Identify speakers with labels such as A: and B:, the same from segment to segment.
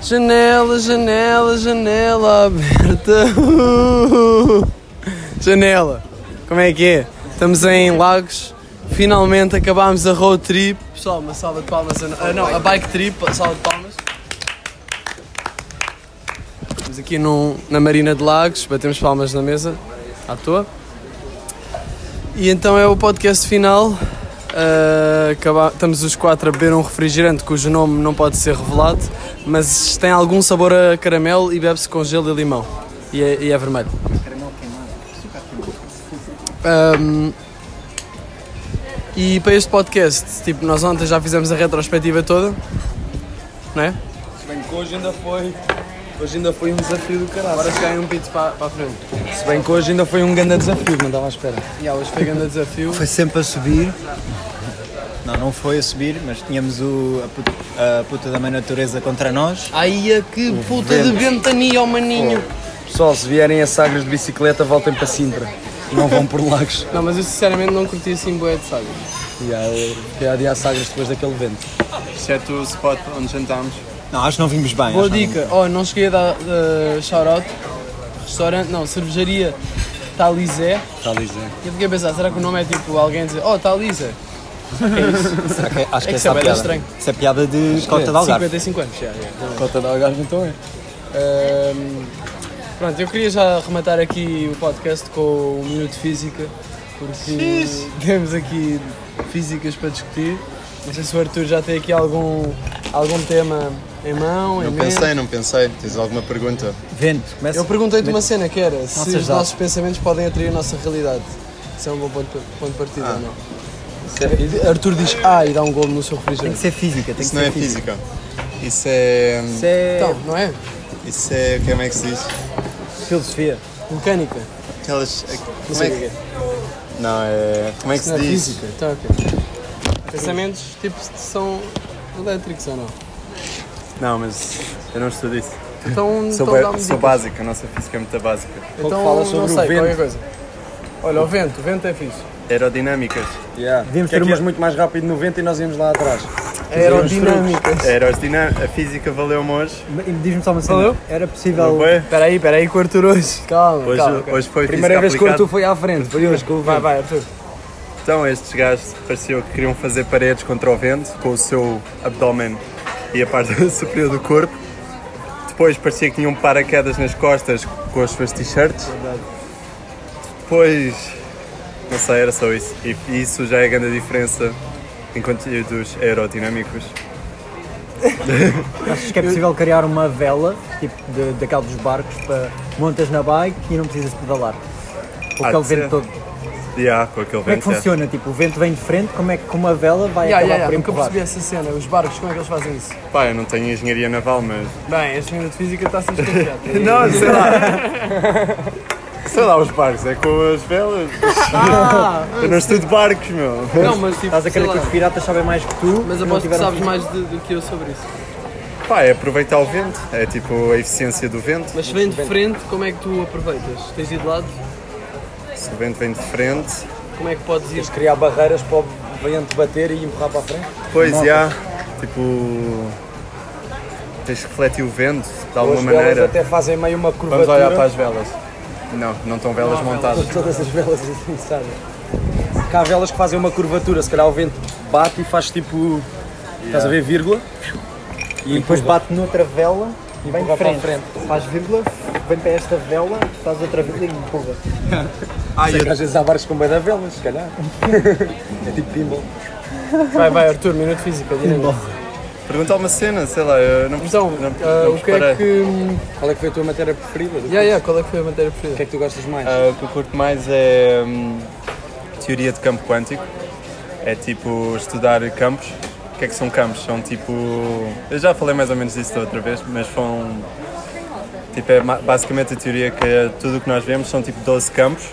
A: Janela, janela, janela aberta. Uh, janela. Como é que é? Estamos em Lagos. Finalmente acabámos a road trip. Pessoal, uma salva de palmas. a- ah, não, a bike trip, salva de palmas. Estamos aqui num- na Marina de Lagos. Batemos palmas na mesa, à toa. E então é o podcast final. Uh, acaba- estamos os quatro a beber um refrigerante cujo nome não pode ser revelado, mas tem algum sabor a caramelo e bebe-se com gelo e limão. E é, e é vermelho. Um, e para este podcast, tipo, nós ontem já fizemos a retrospectiva toda, não é? Se bem que hoje ainda foi. Hoje ainda foi um desafio do caralho. Agora cheguei um pito para, para a frente. Se bem que hoje ainda foi um grande desafio, não estava à espera. E hoje foi um grande desafio.
B: Foi sempre a subir. Não, não foi a subir, mas tínhamos o, a, puta, a puta da mãe natureza contra nós.
A: Aí a que puta de
C: vento.
A: ventania, ó maninho!
C: Pessoal, se vierem a Sagres de bicicleta, voltem para Sintra. Não vão por Lagos.
A: Não, mas eu sinceramente não curti assim boé de sagas.
C: E há, fiquei a adiar Sagres depois daquele vento.
D: Exceto o spot onde jantámos.
B: Não, acho que não vimos bem.
A: Boa
B: acho que não
A: dica, ó, não cheguei a dar eh, shout-out. Restaurante, não, cervejaria Talizé.
B: vimos. Está a dizer.
A: E eu fiquei a pensar, será que o nome é tipo alguém dizer, oh, Talizé?
B: Será que é- acho que
A: É que
B: essa
A: isso é bué
B: piada.
A: estranho.
B: Essa é piada de Cota de Algarve.
A: 55 anos, já, já.
C: Cota de Algarve, então é.
A: Ahm, pronto, eu queria já arrematar aqui o podcast com o Minuto de Física, porque temos aqui físicas para discutir. Não sei se o Arthur já tem aqui algum, algum tema em mão, em
D: Não
A: mente.
D: pensei, não pensei. Tens alguma pergunta?
B: Vento, começa.
A: Eu perguntei-te uma cena que era se
B: seja
A: os
B: lá.
A: nossos pensamentos podem atrair a nossa realidade. Se é um bom ponto, ponto de partida
D: Ah.
A: ou não. é? E Arthur diz ah e dá um golo no seu
B: Tem que
A: refrigerante.
B: ser física, tem
D: Isso
B: que
D: não
B: ser
D: é física. Isso é.
B: Isso é
A: Então, não é?
D: Isso é. Como é que se diz?
B: filosofia.
A: Mecânica.
D: Aquelas. é-
A: Não
D: Como é
A: sei o
D: que.
A: que é.
D: Não, é. Como é que
A: Isso não
D: se
A: é
D: diz?
A: física. Então, ok. Pensamentos tipo são elétricos ou não?
D: Não, mas eu não estudo isso.
A: Então,
D: Sou,
A: então
D: bué-
A: dá-me
D: sou
A: dicas.
D: básico, a nossa física é muito básica.
A: Então,
C: fala
A: não
C: sobre o
A: sei, é.
C: vento.
A: qualquer coisa. Olha, o vento, o vento é fixe.
D: Aerodinâmicas.
C: Yeah.
B: Devíamos
C: Porque é
B: ter
C: que
B: uma-
C: ias muito mais rápido no vento e nós íamos lá atrás.
A: É Aerodinâmicas.
D: Aerodinâmica. A física valeu-me hoje.
B: Diz-me só uma cena.
A: Valeu?
B: Era possível.
D: Não foi?
A: Espera aí, espera aí, com o Arthur hoje. Calma,
D: Hoje,
A: calma. calma.
D: hoje foi
C: Primeira
D: física
C: vez que o
D: aplicada.
C: Arthur foi à frente, foi hoje que o
A: Vai, vai, Arthur.
D: Então, estes gajos pareceu que queriam fazer paredes contra o vento com o seu abdômen e a parte superior do corpo. Depois parecia que tinham um paraquedas nas costas com as suas t-shirts. Depois, não sei, era só isso. E isso já é a grande diferença em conteúdos aerodinâmicos.
B: Achas que é possível criar uma vela, tipo de, daquela dos barcos, para montas na bike e não precisas de pedalar? Com
D: Há
B: aquele
D: de ser.
B: vento todo.
D: E há com aquele
B: Como é que
D: vento. é.
B: funciona? Tipo, o vento vem de frente, como é que com uma vela vai
A: Ya, ya,
B: acabar
A: ya,
B: por
A: nunca
B: empurrar?
A: percebi essa cena. Os barcos, como é que eles fazem isso?
D: Pá, eu não tenho engenharia naval, mas.
A: Bem, este minuto de física está a ser desconfiado.
D: Não, sei lá. sei lá, os barcos, é com as velas.
B: Ah.
D: eu não estudo barcos, meu.
A: não, mas tipo,
B: Estás a
A: sei
B: crer
A: lá.
B: que os piratas sabem mais que tu?
A: Mas
B: e não
A: aposto que
B: tiveram-
A: sabes mais de- do que eu sobre isso.
D: Pá, é aproveitar o vento. É tipo a eficiência do vento.
A: Mas se vem de frente, como é que tu aproveitas? Tens ido de lado?
D: Se o vento vem de frente.
A: Como é que podes ir?
C: Tens de criar barreiras para o vento bater e empurrar para a frente.
D: Pois já. Tipo. Tens de refletir o vento de alguma
C: As velas
D: maneira.
C: até fazem meio uma curvatura.
D: Vamos olhar para as velas. Não, não estão velas montadas.
C: Todas as velas assim, sabe? Porque há velas que fazem uma curvatura, se calhar o vento bate e faz tipo. Estás a ver vírgula?
B: E depois bate noutra vela e vem de
C: empurra para
B: frente. Faz vírgula, vem para esta vela, faz outra vírgula e empurra.
C: Ah, e às vezes há bares com bué de velas, se calhar. é tipo pinball.
A: Vai, vai, Arthur, minuto de física, dinâmica.
D: Pergunta uma cena, sei lá, eu não
A: Então,
D: não,
A: ah,
D: não
A: o que é
D: preparei.
A: que.
C: Qual é que foi a tua matéria preferida? Do
A: Ya,
C: curso?
A: ya, qual é que foi a matéria
C: O que
A: preferida?
C: é que tu gostas mais?
D: Ah, o que eu curto mais é hum, teoria de campo quântico. É tipo estudar campos. O que é que são campos? São tipo. Eu já falei mais ou menos disso da outra vez, mas são. Tipo, é ma- basicamente a teoria que é tudo o que nós vemos são tipo 12 campos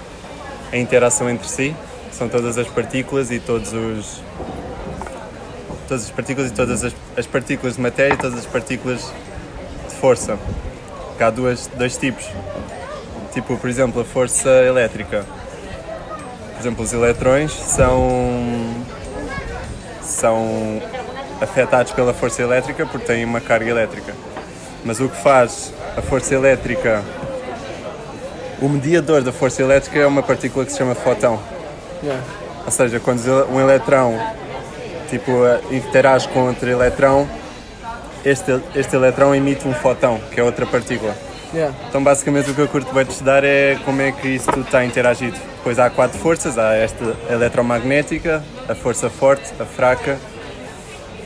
D: em interação entre si. São todas as partículas e todos os. Todas as partículas e todas as, as partículas de matéria e todas as partículas de força. Que há duas, dois tipos. Tipo, por exemplo, a força elétrica. Por exemplo, os eletrões são. são afetados pela força elétrica porque têm uma carga elétrica. Mas o que faz a força elétrica, o mediador da força elétrica é uma partícula que se chama fotão.
A: Ah, Yeah.
D: Ou seja, quando um eletrão tipo, eh, interage com outro eletrão, este, este eletrão emite um fotão, que é outra partícula.
A: Yeah.
D: Então basicamente o que eu curto bem de estudar é como é que isso tudo está interagido. Pois há quatro forças, há esta eletromagnética, a força forte, a fraca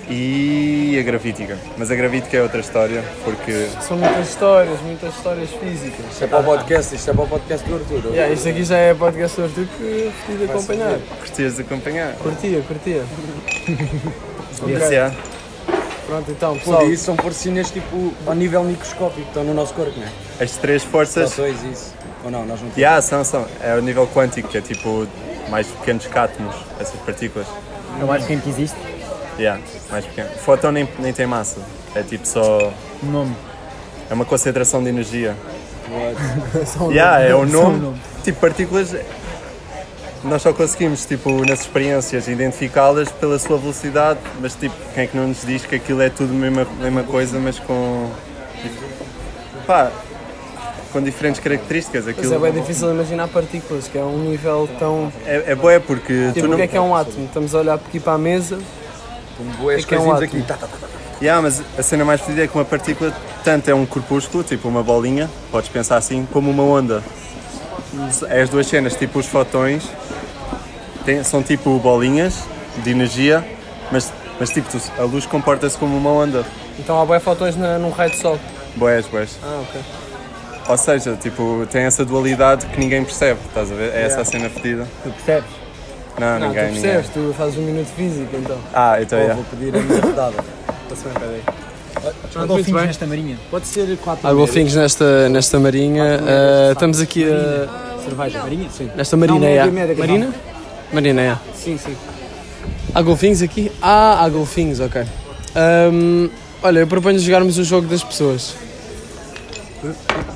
D: e a gravítica. Mas a gravítica é outra história, porque
A: São muitas histórias, muitas histórias físicas.
C: Isto é para o podcast, isto é para o podcast do Arthur.
A: Yeah, isto aqui já é podcast do Arthur que curti de acompanhar.
D: curtias de acompanhar.
A: Curtia, curtia. Ok,
D: Mas, yeah.
A: Pronto, então, pessoal.
C: Por isso são forcinhas tipo ao nível microscópico, estão no nosso corpo, não é?
D: As três
C: Só
D: forças
C: dois isso. Ou não, nós não temos.
D: Yeah, são, são. É o nível quântico, que é tipo mais pequenos que átomos, essas partículas.
E: É o mais pequeno que existe.
D: Yeah, mais pequeno. O fóton nem, nem tem massa, é tipo só.
B: um
E: O nome.
D: É uma concentração de energia.
A: São-
D: Yeah, é o
A: um
E: Só o
D: nome.
E: nome.
D: Tipo, partículas. Nós só conseguimos, tipo, nas experiências, identificá-las pela sua velocidade, mas, tipo, quem é que não nos diz que aquilo é tudo a mesma, mesma coisa, mas com. tipo, pá, com diferentes características.
A: Mas
D: Aquilo
A: é bem difícil imaginar partículas, que é um nível tão.
D: é, é bué porque
A: Tipo,
D: tu não.
A: o que é que é um átomo? Estamos a olhar aqui para a mesa.
C: Boas
A: é que é um
C: coisinhas
A: átomo?
C: aqui. Tá, tá, tá, tá.
D: Yeah, mas a cena mais fodida é que uma partícula tanto é um corpúsculo, tipo uma bolinha, podes pensar assim, como uma onda. É as duas cenas, tipo os fotões têm- são tipo bolinhas de energia, mas, mas tipo tu- a luz comporta-se como uma onda.
A: Então há bem fotões na, num raio de sol.
D: Boés, boés.
A: Ah, ok.
D: Ou seja, tipo, tem essa dualidade que ninguém percebe, estás a ver? É essa a cena fodida.
E: Tu percebes?
D: Não,
A: Não,
D: ninguém,
A: tu
D: ninguém.
A: percebes, tu fazes um minuto físico então.
D: Ah, então é.
C: Vou pedir a minha rodada.
E: Há
A: muito
E: golfinhos
A: bem.
E: nesta marinha.
C: Pode ser quatro.
A: Há golfinhos nesta, nesta marinha. ah, estamos aqui a,
E: Cerveja. Marinha? Sim.
A: nesta marina.
E: Não,
A: é.
E: Marina?
A: Marina? Marina, é.
E: Sim, sim.
A: Há golfinhos aqui? Ah, há golfinhos, ok. Ahm, olha, eu proponho jogarmos o jogo das pessoas.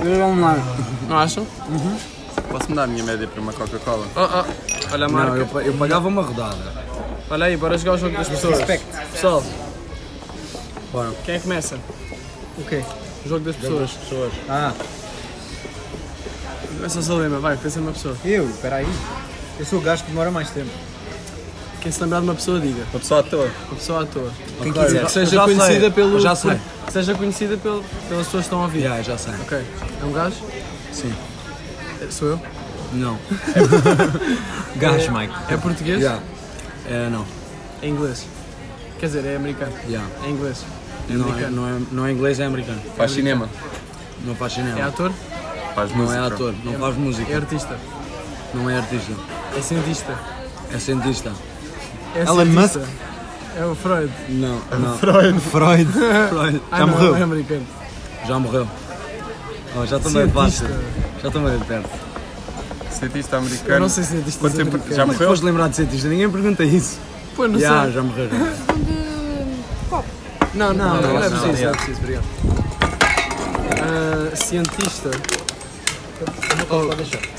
E: Vamos lá.
A: Não acham?
D: Posso mudar a minha média para uma Coca-Cola?
A: Oh, oh. Olha a marca.
C: eu, eu pagava uma rodada.
A: Olha aí, bora jogar o jogo das pessoas. Pessoal.
C: Bora.
A: Quem é que começa?
E: O quê?
A: O jogo das pessoas.
C: Ah,
A: Começa o Salema, vai, pensa numa pessoa.
B: Eu, espera aí.
E: Eu sou o gajo que demora mais tempo.
A: Quem se lembrar de uma pessoa, diga.
D: Uma pessoa à toa.
A: Uma pessoa à toa.
C: quem quiser.
A: Que seja
C: Já sei,
A: conhecida pelo.
C: Já sei.
A: por- que seja conhecida pelo, pelas pessoas que estão a ouvir.
C: Já, já sei.
A: Ok. É um gajo?
C: Sim.
A: É- Sou eu?
C: Não. Gás, Mike.
A: É português?
C: Já. É, não.
A: É inglês. Quer dizer, é americano.
C: Já.
A: É inglês. É
C: Não é,
A: americano.
C: não, é, não é inglês, é americano.
D: Faz cinema.
C: Não faz
A: É
C: cinema.
A: ator?
D: Faz
C: Não é
D: música.
C: ator, não faz
A: É
C: música.
A: artista.
C: Não é artista.
A: É cientista.
C: É cientista.
A: É
E: Elon
A: cientista. É o Freud.
C: Não, não. Freud. Freud. Freud.
A: Ah,
C: Já
A: não,
C: morreu.
A: é americano.
C: Já morreu. Oh, já também fácil.
A: Cientista.
C: Já também perto.
D: Cientista americano.
A: Eu não sei cientista.
D: Quanto tempo-
A: americano.
D: já
C: Como é que
D: morreu?
C: foste lembrar de cientista? Ninguém pergunta isso.
A: Pô, não
C: Ah, Já,
A: sei.
C: já morreu. já.
A: Não, não, não, é
C: não,
A: preciso, não é preciso, obrigado. Ah, cientista. Oh,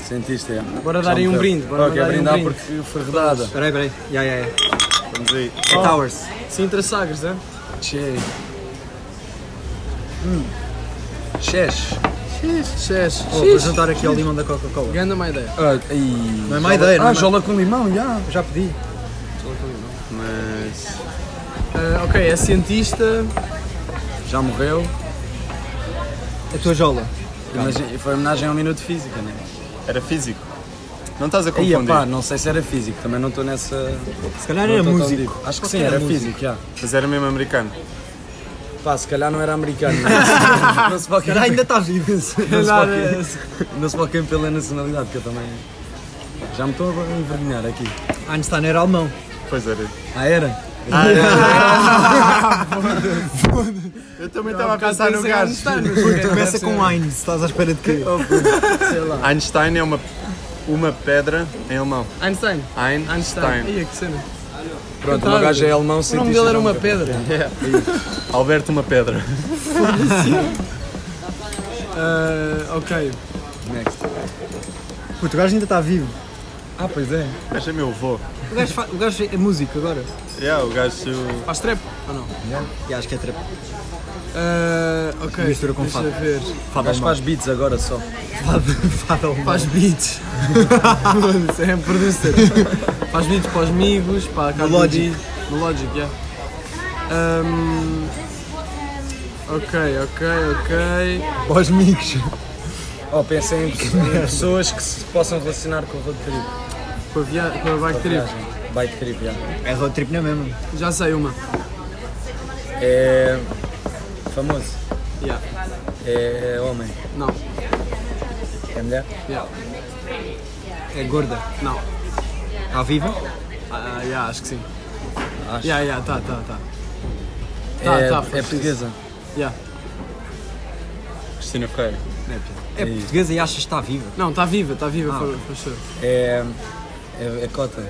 C: Cientista, é.
A: bora dar aí um brinde. Bora
C: Ok,
A: dar aí
C: brindar
A: um brinde.
C: porque foi rodada.
E: Peraí, peraí. Já, já, já.
D: Vamos aí.
C: É Towers.
A: Sintra Sagres, é?
C: Che. Hum. Chess.
A: Xés.
E: Oh, vou juntar aqui ao limão da Coca-Cola.
A: Ganda uma ideia.
E: Não é má ideia, não
C: Ah,
E: é? má-
C: jola com limão, já.
E: Já pedi.
D: Mas.
A: Ah, ok, é cientista.
C: Já morreu.
E: A tua jola.
C: Imagina, foi homenagem ao Minuto Física, né?
D: Era físico. Não estás a
C: Aí,
D: confundir.
C: pá, não sei se era físico, também não estou nessa.
E: Se calhar
C: não
E: era
C: tô tão
E: músico.
C: deep. Acho que sim, era físico, já.
D: Mas era mesmo americano.
C: Pá, se calhar não era americano. mas- Não se pode
E: Caralho, ainda está vivo.
C: Não se
A: Nada.
C: pode- não se pode quem pela nacionalidade, que eu também. Já me estou a envergonhar aqui.
E: Einstein era alemão.
D: Pois era.
C: Ah, era?
D: Eu também estava a
A: Pensar no gajo.
C: Tá, é
E: Começa É com Einstein, estás à espera de quê?
D: Einstein é uma, uma pedra em alemão.
A: Einstein. Einstein.
D: Einstein.
A: Ia, que cena.
C: Pronto, o
A: Coitado.
C: meu gajo é
A: O
C: alemão,
A: nome
C: cientista.
A: dele era
C: já
A: uma
C: morreu.
A: pedra.
D: Alberto, uma pedra.
A: Ah, ok. tá
E: Portugal ainda está vivo.
C: Ah, pois é.
D: Mas é meu avô.
E: O gajo, fa- o gajo é músico agora.
D: Yeah, o gajo.
A: Faz trap ou não?
E: E acho que é trap.
A: Ah, ok.
E: Mistura com
A: deixa
E: fado.
A: ver.
C: O gajo faz beats agora só.
E: Fado, fado alemão.
A: Faz beats. Foda-se, é producer. Faz beats para os amigos, para a Cardi
E: Logic.
A: B. No Logic, yeah. Ahm, ok, ok, ok.
E: Aos micos.
C: Oh, pensem em, em pessoas que se possam relacionar com o road trip.
A: Com a, via... com a bike trip.
C: Viagem. Bike trip, já.
E: É road trip não é mesmo?
A: Já sei uma.
C: É famoso.
A: Yeah.
C: É é homem.
A: Não,
C: É mulher?
A: yeah.
E: É gorda.
A: não.
E: Está Tá viva?
A: Ah, yeah, acho que sim.
C: Acho.
A: Yeah, yeah, tá, tá, tá. Tá,
C: é,
A: tá,
C: é
A: faz
C: portuguesa.
A: Yeah.
D: Cristina Freire.
E: É portuguesa e achas que está viva?
A: Não, está viva, está viva,
E: Ah,
A: for, for sure.
C: É, é, é cota.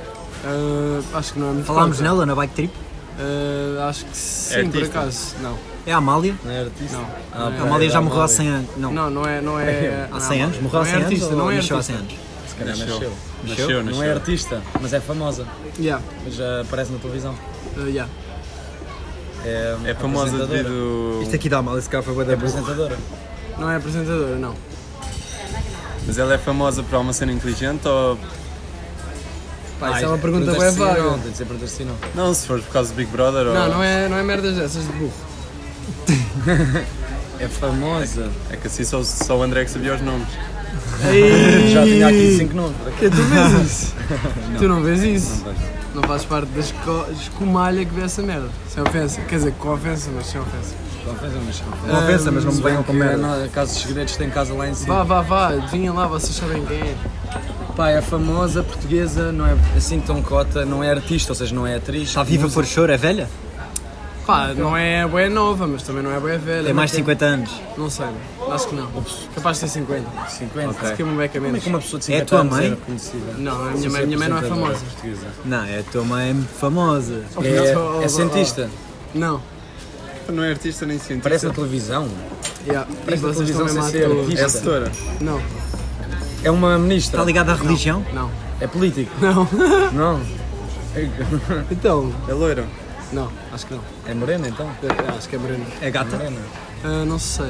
A: Ah, acho que não é muito
E: Falámos
A: pouca.
E: nela na bike trip.
A: Ah, acho que sim, por
D: artista?
A: acaso. Não,
E: É a Amália.
C: Não é artista?
A: não.
C: Ah,
E: A
A: não, é,
C: pá.
E: Amália já
C: a
E: morreu há
C: Amália.
E: 100 anos. Não,
A: não, não é. Não é
E: há
A: não
E: 100
A: é-
E: anos? Morreu há
A: não
E: 100
A: é artista,
E: anos?
A: não
E: ou
A: é
E: nasceu há
A: artista.
E: 100 anos?
C: Se calhar
D: Nasceu.
C: nasceu.
D: Nasceu,
C: Não é
D: nasceu.
C: artista, mas é famosa.
A: Yeah,
C: Mas Já aparece na televisão.
A: ah, yeah.
C: É,
D: É famosa
C: apresentadora.
D: devido.
E: Isto aqui da Amália, se calhar foi bué da
C: É
E: burro.
C: apresentadora.
A: Não é apresentadora, não.
D: Mas ela é famosa por uma cena inteligente ou.
A: Ah, isso é
C: isto-
A: uma pergunta
C: perguntas
A: bué
C: se
A: vaga.
C: Não, tem de ser perguntas se não.
D: Não, se for por causa do Big Brother ou.
A: Não,
E: Ah.
A: não é, não é merdas dessas de burro.
C: É famosa.
D: É que assim só, só o André que sabia os nomes.
C: Já tinha aqui cinco nomes.
A: Que tu vês isso? tu não vês isso? Não, fazes parte da esco- escumalha que vê essa merda. Sem ofensa. Quer dizer, com ofensa, mas sem ofensa.
C: Confesa, mas confesa.
E: Não ofensa, mas não me venham com merda.
C: Não, Caso de segredos tem é casa lá em cima.
A: Vá, vá, vá, adivinha lá, vocês sabem quem é.
C: Pá, é famosa, portuguesa, não é assim tão cota, não é artista, ou seja, não é atriz.
E: Está viva por choro, é velha?
A: Pá, não é bué nova, mas também não é bué velha.
E: Tem mais de
A: Não
E: 50 anos.
A: Não sei, acho que não. Capaz de ter 50.
C: 50.
A: Se que é beca
C: Como é
A: menos.
C: que uma pessoa de 50
E: É a tua
C: anos
E: mãe?
C: era conhecida?
A: Não, a minha mãe, a minha mãe não é famosa.
C: Portuguesa.
E: Não, é a tua mãe é muito famosa.
A: Oh,
C: É,
A: oh,
C: é
A: oh.
C: cientista.
A: Não.
D: Não é artista nem cientista.
C: Aparece na televisão.
A: Yeah. E
C: Parece
A: vocês
C: televisão
A: também
C: sem ser
A: matam.
D: É
C: artista.
D: setora.
A: Não,
C: É uma ministra.
E: Está Tá ligada à religião?
A: não,
C: É político.
A: não.
C: Não.
A: Então,
D: É loira.
A: não, acho que não.
C: É morena então?
A: É, Acho que é Breno.
E: É gata?
C: Morena.
A: Ah, não sei.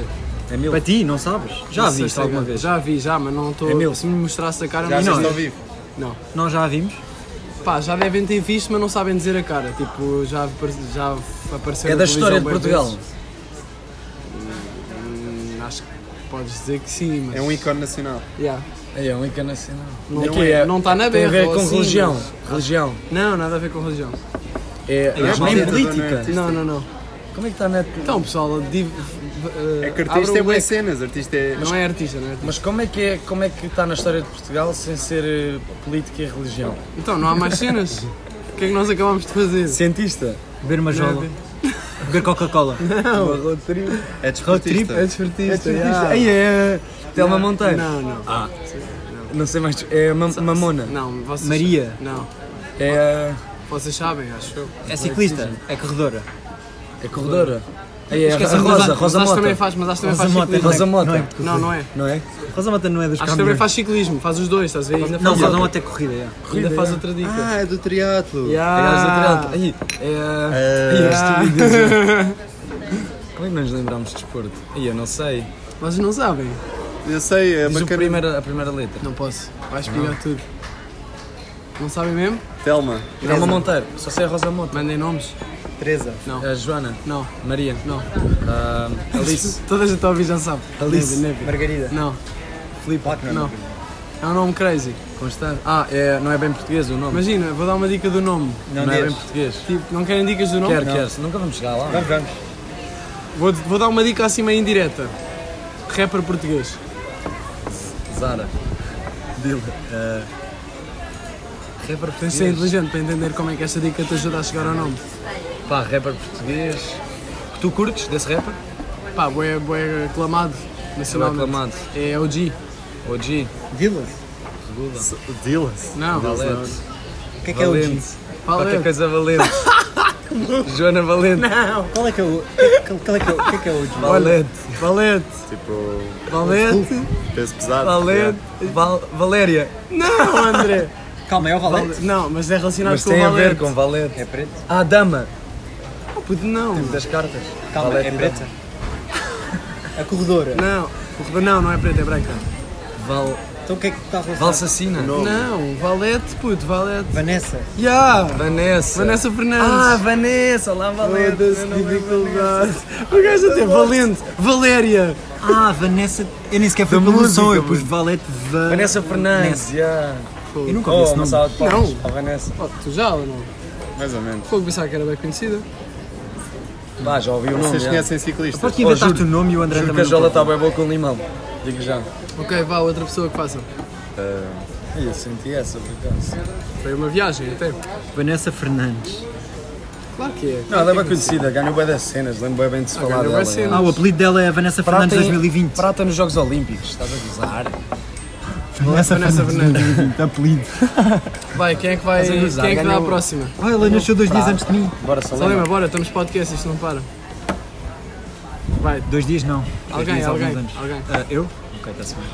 C: É mil.
E: Para ti, não sabes? Já
A: Não
E: a
A: sei
E: viste
A: se é
E: alguma
A: grande.
E: vez?
A: Já vi, já, mas não estou.
C: É meu.
A: se me mostrasse a cara,
D: Já
A: não. é?
D: assiste
E: não.
D: ao vivo.
A: Não.
E: Nós já a vimos?
A: Pá, já devem ter visto, mas não sabem dizer a cara. Tipo, já, apare- já apareceu
C: É
A: na televisão
C: da história de
A: bué
C: Portugal.
A: vezes. Hum, acho que podes dizer que sim, mas.
D: É um ícone nacional.
A: Yeah.
C: É, é um ícone nacional.
A: Não
C: É
A: está
C: que é-
A: na
C: Tem a
A: berra.
C: ver
A: ou
C: com
A: assim,
C: religião.
A: mas-
C: Religião.
A: Não, nada a ver com religião.
C: É,
D: é
C: nem
D: artista, não é
C: política.
D: artista.
A: Não, não, não.
C: Como é que está na.
A: Então, pessoal, div... eh,
D: É que
A: abra
D: artista
A: o
D: é boas
A: leque.
D: cenas, artista é.
A: Não é artista, não é artista.
C: Mas como é que é, como é que está na história de Portugal sem ser eh, política e religião?
A: Então, não há mais cenas? O que é que nós acabámos de fazer?
C: Cientista.
E: Beber uma jola. Beber Coca-Cola.
C: Não.
D: É desportista.
C: É despertista.
A: yeah.
C: Aí é Telma Monteiro.
A: Não, não.
C: Não sei mais. É ma- Mamona.
A: Não, vocês...
E: Maria.
A: Não.
C: É.
A: Vocês sabem, acho eu.
E: É ciclista. É corredora.
C: É corredora. Aí é
E: Esquece
C: Rosa,
E: a Rosa.
C: Rosa,
A: Mas
C: Rosa
A: acho que
C: Mota.
A: também faz, mas acho que também
E: Rosa
A: faz
E: Mota,
A: ciclismo. né?
C: Rosa Mota.
A: Não, não é.
C: Não é?
E: Rosa Mota não é dos
A: Acho que também
E: caminhões.
A: faz ciclismo, faz os dois, estás a ver? Ainda
E: Não,
A: faz
E: Rosa
A: outra,
E: Mota é corrida, é.
A: ainda faz outra dica.
D: Ah, é do triatlo.
A: Yeah.
C: É Aí é. Aí,
A: Yeah.
C: este vídeo. Como é que não nos lembramos de desporto? Aí eu não sei.
A: Vocês não sabem?
D: Eu sei, é
C: Diz o
D: bacana.
C: primeira, a primeira letra.
A: Não posso. Vai explicar tudo. Não sabem mesmo?
D: Telma.
C: Telma É Monteiro. Só sei a Rosa Mota. É
A: Mandem nomes.
D: Teresa.
C: A Joana.
A: Não,
C: Maria.
A: não.
C: Ah, Alice.
A: Toda a gente a ouvir já sabe.
C: Alice.
A: Neve, neve.
C: Margarida.
A: Não,
C: Filipe.
A: não. É um nome crazy.
C: Constante. Ah, é, não é bem português o nome.
A: Imagina, vou dar uma dica do nome.
C: não é bem português.
A: Tipo, não querem dicas do nome?
C: Quer, quer. Nunca vamos chegar lá. Vamos, vamos.
A: Vou, vou dar uma dica assim meio indireta. Rapper português.
C: Zara. Dila. Ah, rapper
A: Tens de ser
C: português.
A: inteligente para entender como é que esta dica te ajuda a chegar ao nome.
C: Pá, rapper português. Que tu curtes desse rapper?
A: Pá, boé, boé aclamado.
C: Não é
A: Nacionalmente.
C: aclamado.
A: É OG.
C: OG.
E: Dylan.
C: Regula.
D: Dillas.
A: Não,
C: Valente.
E: O que é que é o Dylan?
C: Valente. Qualquer
A: Valente.
C: coisa valente. Joana Valente.
A: Ah,
E: Qual é que é o. Qual é que é o. O que é que é o Dylan?
C: Valente.
A: Valente.
D: Tipo,
A: Valente.
D: peso pesado.
C: Valente. Val- Valéria.
A: Não, André.
E: Calma, é o valete?
A: Não, mas é relacionado
F: Mas
A: com o
F: tem a
A: valete.
F: ver com valete.
C: É preto?
F: Ah, dama.
A: Oh, puto, Não,
F: Das cartas.
E: Calma,
C: Valete
E: é
C: e
E: preta. A corredora.
A: não. O reba- Não, não é preto, é branca.
F: Val...
E: Então o que é que está relacionado?
F: Valsacina.
A: Não, valete, puto, valete.
E: Vanessa.
A: Ya!
F: Vanessa.
A: Vanessa Fernandes.
F: Ah, Vanessa, lá valete.
A: Foda-se,
E: é-
A: dificuldade. O gajo até valente. Valéria.
E: Ah, Vanessa. Eu nem sequer fui
F: Da
E: pelo
F: música,
E: som,
F: mano.
E: eu pus valete van...
F: Vanessa Fernandes. yeah.
E: Eu nunca ouvi
C: Oh,
E: esse
C: uma
E: nome.
C: salva de palmas
A: Não.
C: à Vanessa.
A: Oh, tu já ou não?
D: Mais ou menos.
A: Fogo pensar que era bem conhecida.
C: Pá, já ouvi o nome.
D: Vocês
C: já.
D: conhecem ciclistas?
E: Porque inventaste o nome e o André
C: Juro que
E: também.
C: a
E: não
C: jola
E: pôs.
C: está bem boa com limão. Digo já.
A: Ok, vá, outra pessoa que faça.
C: Ai, Eu senti essa, por acaso.
A: Foi uma viagem até.
E: Vanessa Fernandes.
A: Claro que é.
C: Não, ela é bem conhecida, ganhou bem das cenas, lembro bem de se falar
A: ganhou
C: dela.
A: bué cenas.
E: Ah, o apelido dela é Vanessa
C: Prata
E: Fernandes
C: em-
E: 2020.
C: Prata nos Jogos Olímpicos, estás a gozar?
E: Vanessa
A: Vanessa Fernandes.
E: 2020, apelido.
A: Vai, quem é que vai. Quem
C: Fazemos lá,
A: é que dá a
C: ganhou-
A: próxima?
E: Ah, ela nasceu dois dias antes de mim.
C: Bora, só
A: Salema,
C: lembra.
A: bora, estamos podcast, isto não para. Vai,
E: Dois dias não. Dois
A: alguém,
E: dias, alguns
A: alguém,
E: anos.
A: alguém.
E: Ah, eu?
C: Ok, está-se bem.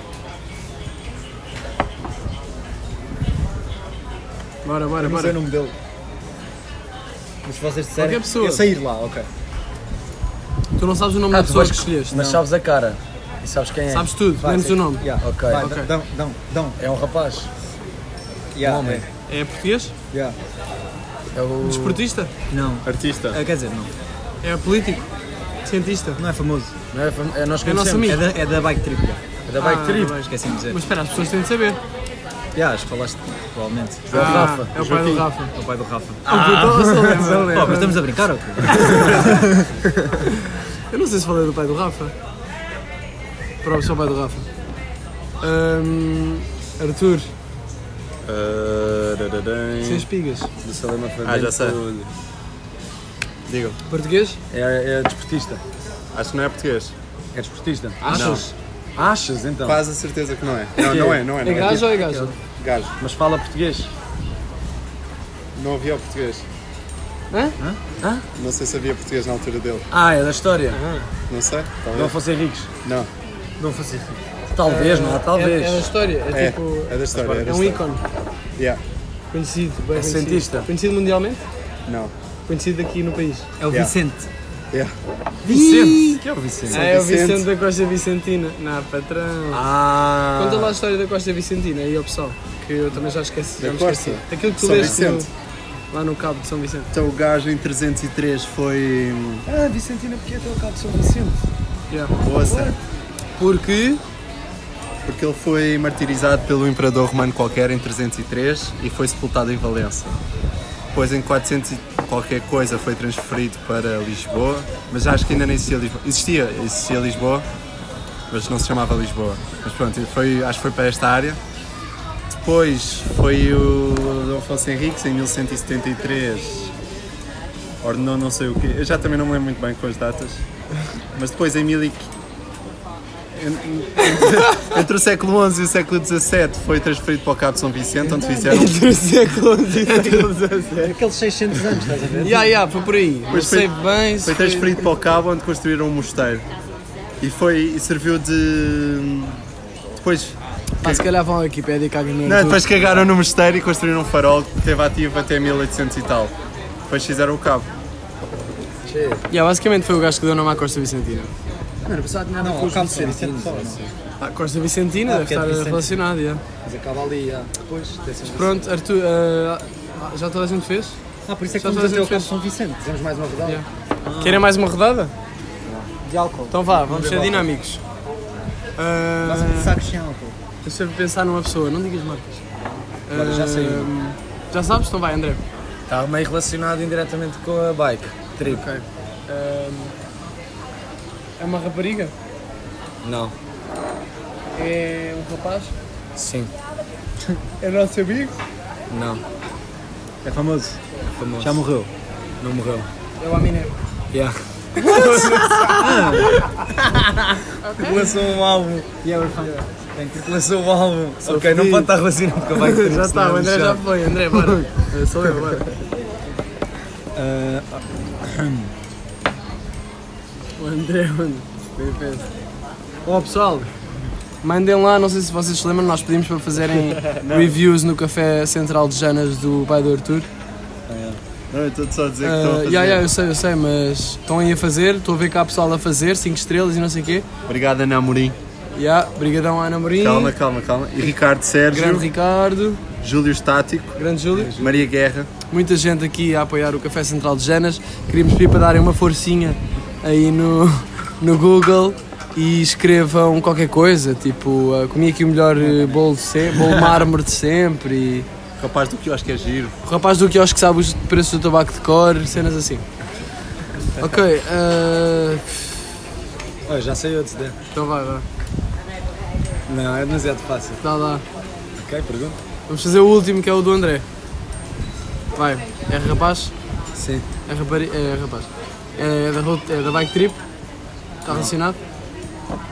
A: Bora, bora,
C: Não sei
A: bora.
C: o nome dele.
E: Mas se vocês disserem.
A: Qualquer pessoa.
C: Eu sei ir lá, ok.
A: Tu não sabes o nome da
C: tu
A: pessoa que
C: vais-
A: escolheste.
C: Mas sabes a cara e sabes quem é.
A: Sabes tudo,
C: Vai,
A: menos
C: sim.
A: o nome.
C: Yeah, ok.
E: Vai,
A: Ok.
E: dão, dão, dão.
C: É um rapaz.
E: Yeah,
C: Um homem.
E: é.
A: É português?
E: Yeah.
C: É o.
A: Desportista?
E: é. Não.
D: Artista.
E: Ah, quer dizer, não.
A: É político? Cientista?
E: Não é famoso.
C: Não é, fam- é nós
A: É nosso
C: conhecemos.
A: amigo.
E: É da, é da Bike Trip.
C: É da Bike
A: Ah,
C: Trip.
A: vai.
E: Esqueci de dizer.
A: Mas espera, as pessoas têm de saber.
E: Já, acho que falaste, provavelmente.
A: É o Rafa. É o pai do Rafa.
E: É o pai do Rafa.
A: Eu,
E: Pô, mas estamos a brincar ou quê?
A: não sei se falei do pai do Rafa. Prova só o pai do Rafa. Ahm, Arthur,
D: Ah, dadadã.
A: sem espigas.
C: Do Salema foi
D: Ah, já
C: dentro
D: sei.
C: do-
D: Digam.
A: Português?
C: É, é desportista.
D: Acho que não é português.
C: É desportista.
A: Achas?
C: Achas então?
D: Quase a certeza que não é. Não, não é, não é.
A: É
D: Não é.
A: gajo ou é gajo?
D: Gajo.
C: Mas fala português.
D: Não havia o português.
A: Hã?
C: Hã?
D: Não sei se havia português na altura dele.
C: Ah, é da história.
D: Não sei.
C: Não
D: Talvez.
C: fossem ricos.
D: Não.
C: Não fossem ricos. Talvez, não há talvez.
A: É, é da história, é,
D: É.
A: tipo.
D: É da história. É, da
A: É um
D: história.
A: ícone.
D: Yeah.
A: Conhecido, bem
C: É
A: conhecido.
C: cientista.
A: Conhecido mundialmente?
D: Não.
A: Conhecido aqui no país.
E: É o
D: Yeah.
E: Vicente.
D: Yeah.
C: Vicente. Que é o Vicente?
A: Ah, é o
D: Vicente.
A: Vicente da Costa Vicentina. Não, patrão.
C: Ah.
A: Conta lá a história da Costa Vicentina aí ao pessoal, que eu também já esqueci.
D: Da
A: já me esqueci.
D: Costa?
A: Aquilo que tu
D: São
A: leste no-
D: Vicente.
A: lá no Cabo de São Vicente.
D: Então o gajo em 303 foi. hum,
C: Ah, Vicentina, porque é teu cabo de São Vicente?
A: Yeah.
D: Ouça.
A: Porque
D: Porque ele foi martirizado pelo imperador romano qualquer em 303 e foi sepultado em Valença. Depois em 400 e qualquer coisa foi transferido para Lisboa, mas acho que ainda não existia Lisboa. Existia, existia Lisboa, mas não se chamava Lisboa. Mas pronto, ele foi, acho que foi para esta área. Depois foi o Dom Afonso Henriques em 1173. Ordenou não sei o quê. Eu já também não me lembro muito bem com as datas. Mas depois em 1500 entre o século XI e o século XVII foi transferido para o Cabo de São Vicente, onde fizeram.
A: do século XIX.
E: Aqueles 600 anos, estás a ver?
A: Ya, ya, foi por aí. Não
D: Pois foi-
A: sei bem se
D: Foi transferido para o Cabo, onde construíram um mosteiro. E foi. e serviu de. Depois.
A: Pá, Ah, se calhar vão à Wikipédia e cagam no
D: Não,
A: YouTube.
D: depois cagaram no mosteiro e construíram um farol que esteve ativo até 1800 e tal. Depois fizeram o Cabo. tá-
A: Ya, basicamente foi o gajo que deu nome à Costa Vicentina.
E: Não, o Campo São Vicente.
A: A Costa Vicentina
D: Ah,
A: deve
E: porque é de
A: estar
E: Vicente.
A: relacionado, ya.
C: Mas acaba ali, já. Depois, dessas
A: Pronto, Arthur, ah, ah, já toda a gente fez?
E: Ah, por isso é que
A: Só
E: vamos
A: toda a
E: até o
A: gente
E: Campo
A: fez.
E: São Vicente.
C: Fizemos mais uma rodada.
A: Yeah.
D: Ah.
A: Querem mais uma rodada?
E: De álcool.
A: Então vá, vamos ser dinâmicos.
E: Mas
A: Ah,
E: um saco sem álcool.
A: Eu sempre pensar numa pessoa, não digas marcas.
C: Olha, já sei
A: Ahm, Já sabes? Então vai, André.
C: Está é. Tá meio relacionado indiretamente com a bike. Trip.
A: Ah, É uma rapariga?
C: Não.
A: É um rapaz?
C: Sim.
A: É nosso amigo?
C: Não.
E: É famoso.
C: Famoso.
E: Já morreu.
C: Não morreu.
A: É o Aminé.
C: Yeah.
E: Okay. Lançou um álbum.
C: Bem, porque lançou o álbum. ok,
A: fodido.
C: não pode estar relacionado com a bike. Trip,
A: já está,
C: senão
A: o André
C: eu
A: já
C: deixava.
A: foi. André, bora. Eh, Sou eu, bora.
E: Ah,
A: O André, mano. Bem pensa. Ó pessoal, Mandem lá, não sei se vocês se lembram, nós pedimos para fazerem reviews no Café Central de Janas do Pai do Arthur.
E: Não, eu estou só a dizer que estão a
A: Uh,
E: fazer.
A: yeah, yeah, eu sei, eu sei, mas estão aí a fazer, estou a ver cá a pessoal a fazer, 5 estrelas e não sei o quê.
E: Obrigado, Ana Amorim.
A: Yeah, brigadão à Ana Morim,
E: Calma, calma, calma. E Ricardo
A: grande
E: Sérgio,
A: Ricardo,
E: Júlio Estático,
A: grande Júlio.
E: Maria Guerra.
A: Muita gente aqui a apoiar o Café Central de Janas. Queríamos pedir para darem uma forcinha aí no, no Google e escrevam qualquer coisa, tipo, uh, comi aqui o melhor uh, bolo de sempre, bolo mármore de sempre e
E: Rapaz do que eu acho que é giro.
A: o rapaz do quiosque sabe os preços do tabaco de cor, cenas assim. Ok, uh,
C: Oh, já sei outros, né?
A: então vai, vai,
C: Não, é demasiado fácil.
A: dá lá.
C: Ok, pergunta.
A: Vamos fazer o último que é o do André. Vai, é rapaz?
C: Sim.
A: É, rapari... é rapaz. É da, road- é da bike trip? Está relacionado?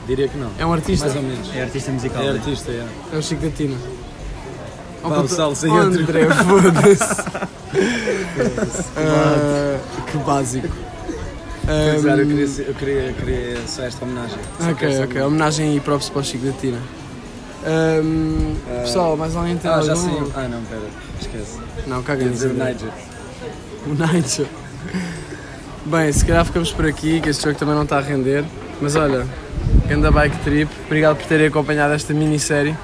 C: Diria que não.
A: É um artista?
C: Mais ou menos.
B: É artista musical.
C: É artista, é.
A: É o Chico da Tina. Oh,
C: Vá,
A: puta-
C: Gonçalo, sem
A: Oh,
C: outro.
A: André, foda-se. Ah, que básico.
C: Quer dizer, eu
A: Um,
C: queria, ser- eu queria, eu queria só esta homenagem.
A: Ah,
C: Só quero
A: ok,
C: esta
A: ok.
C: homenagem.
A: Homenagem e props para o Chico da Tina. Um, pessoal, mais alguém tem
C: Ah, já sei.
A: algum?
C: Ah, não, pera. Esquece.
A: Não, caga
C: Quer
A: nisso.
C: dizer, Niger.
A: O Nigel. Bem, se calhar ficamos por aqui, que este jogo também não está a render. Mas olha, anda bike trip. Obrigado por terem acompanhado esta minissérie.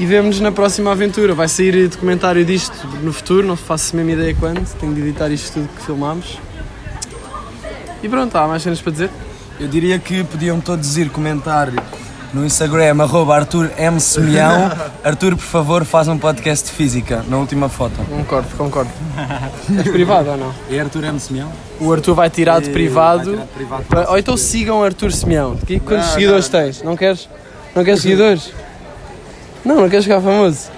A: E vemo-nos na próxima aventura. Vai sair documentário disto no futuro, não faço a mesma ideia quando. Tenho de editar isto tudo que filmámos. E pronto, há mais cenas para dizer.
F: Eu diria que podiam todos ir comentar no Instagram, arroba Arthur M. Semeão. Arthur, por favor, faz um podcast de física, na última foto.
A: Concordo, concordo. És privado ou não?
C: É Arthur M. Simeão?
A: O Arthur vai tirar de privado.
C: Vai tirar privado.
A: Ou então sigam o Arthur Simeão. Que- Quantos seguidores tens? Não queres? Não queres seguidores? Não, não queres ficar famoso?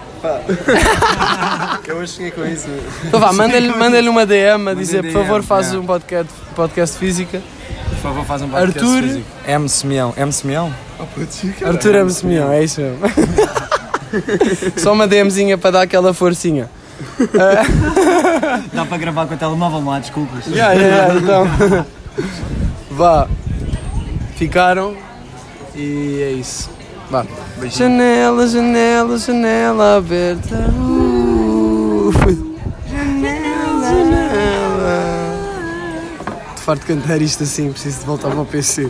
E: Eu hoje cheguei com isso.
A: Então vá, manda-lhe manda uma DM a dizer, por favor,
F: DM,
A: faz
F: yeah.
A: um podcast, podcast de física.
F: Por favor, faz um
A: podcast Arthur. de física.
F: M. Semeão. M. Semeão?
A: Arthur M. Simeão, é isso mesmo. Só uma DMzinha para dar aquela forcinha.
B: Dá para gravar com o telemóvel, não há desculpas.
A: Yeah, yeah, yeah, então. Vá. Ficaram e é isso. Vá. Janela, janela, janela aberta. Uh, janela, janela. Estou farto de cantar isto assim, preciso de voltar para o PC.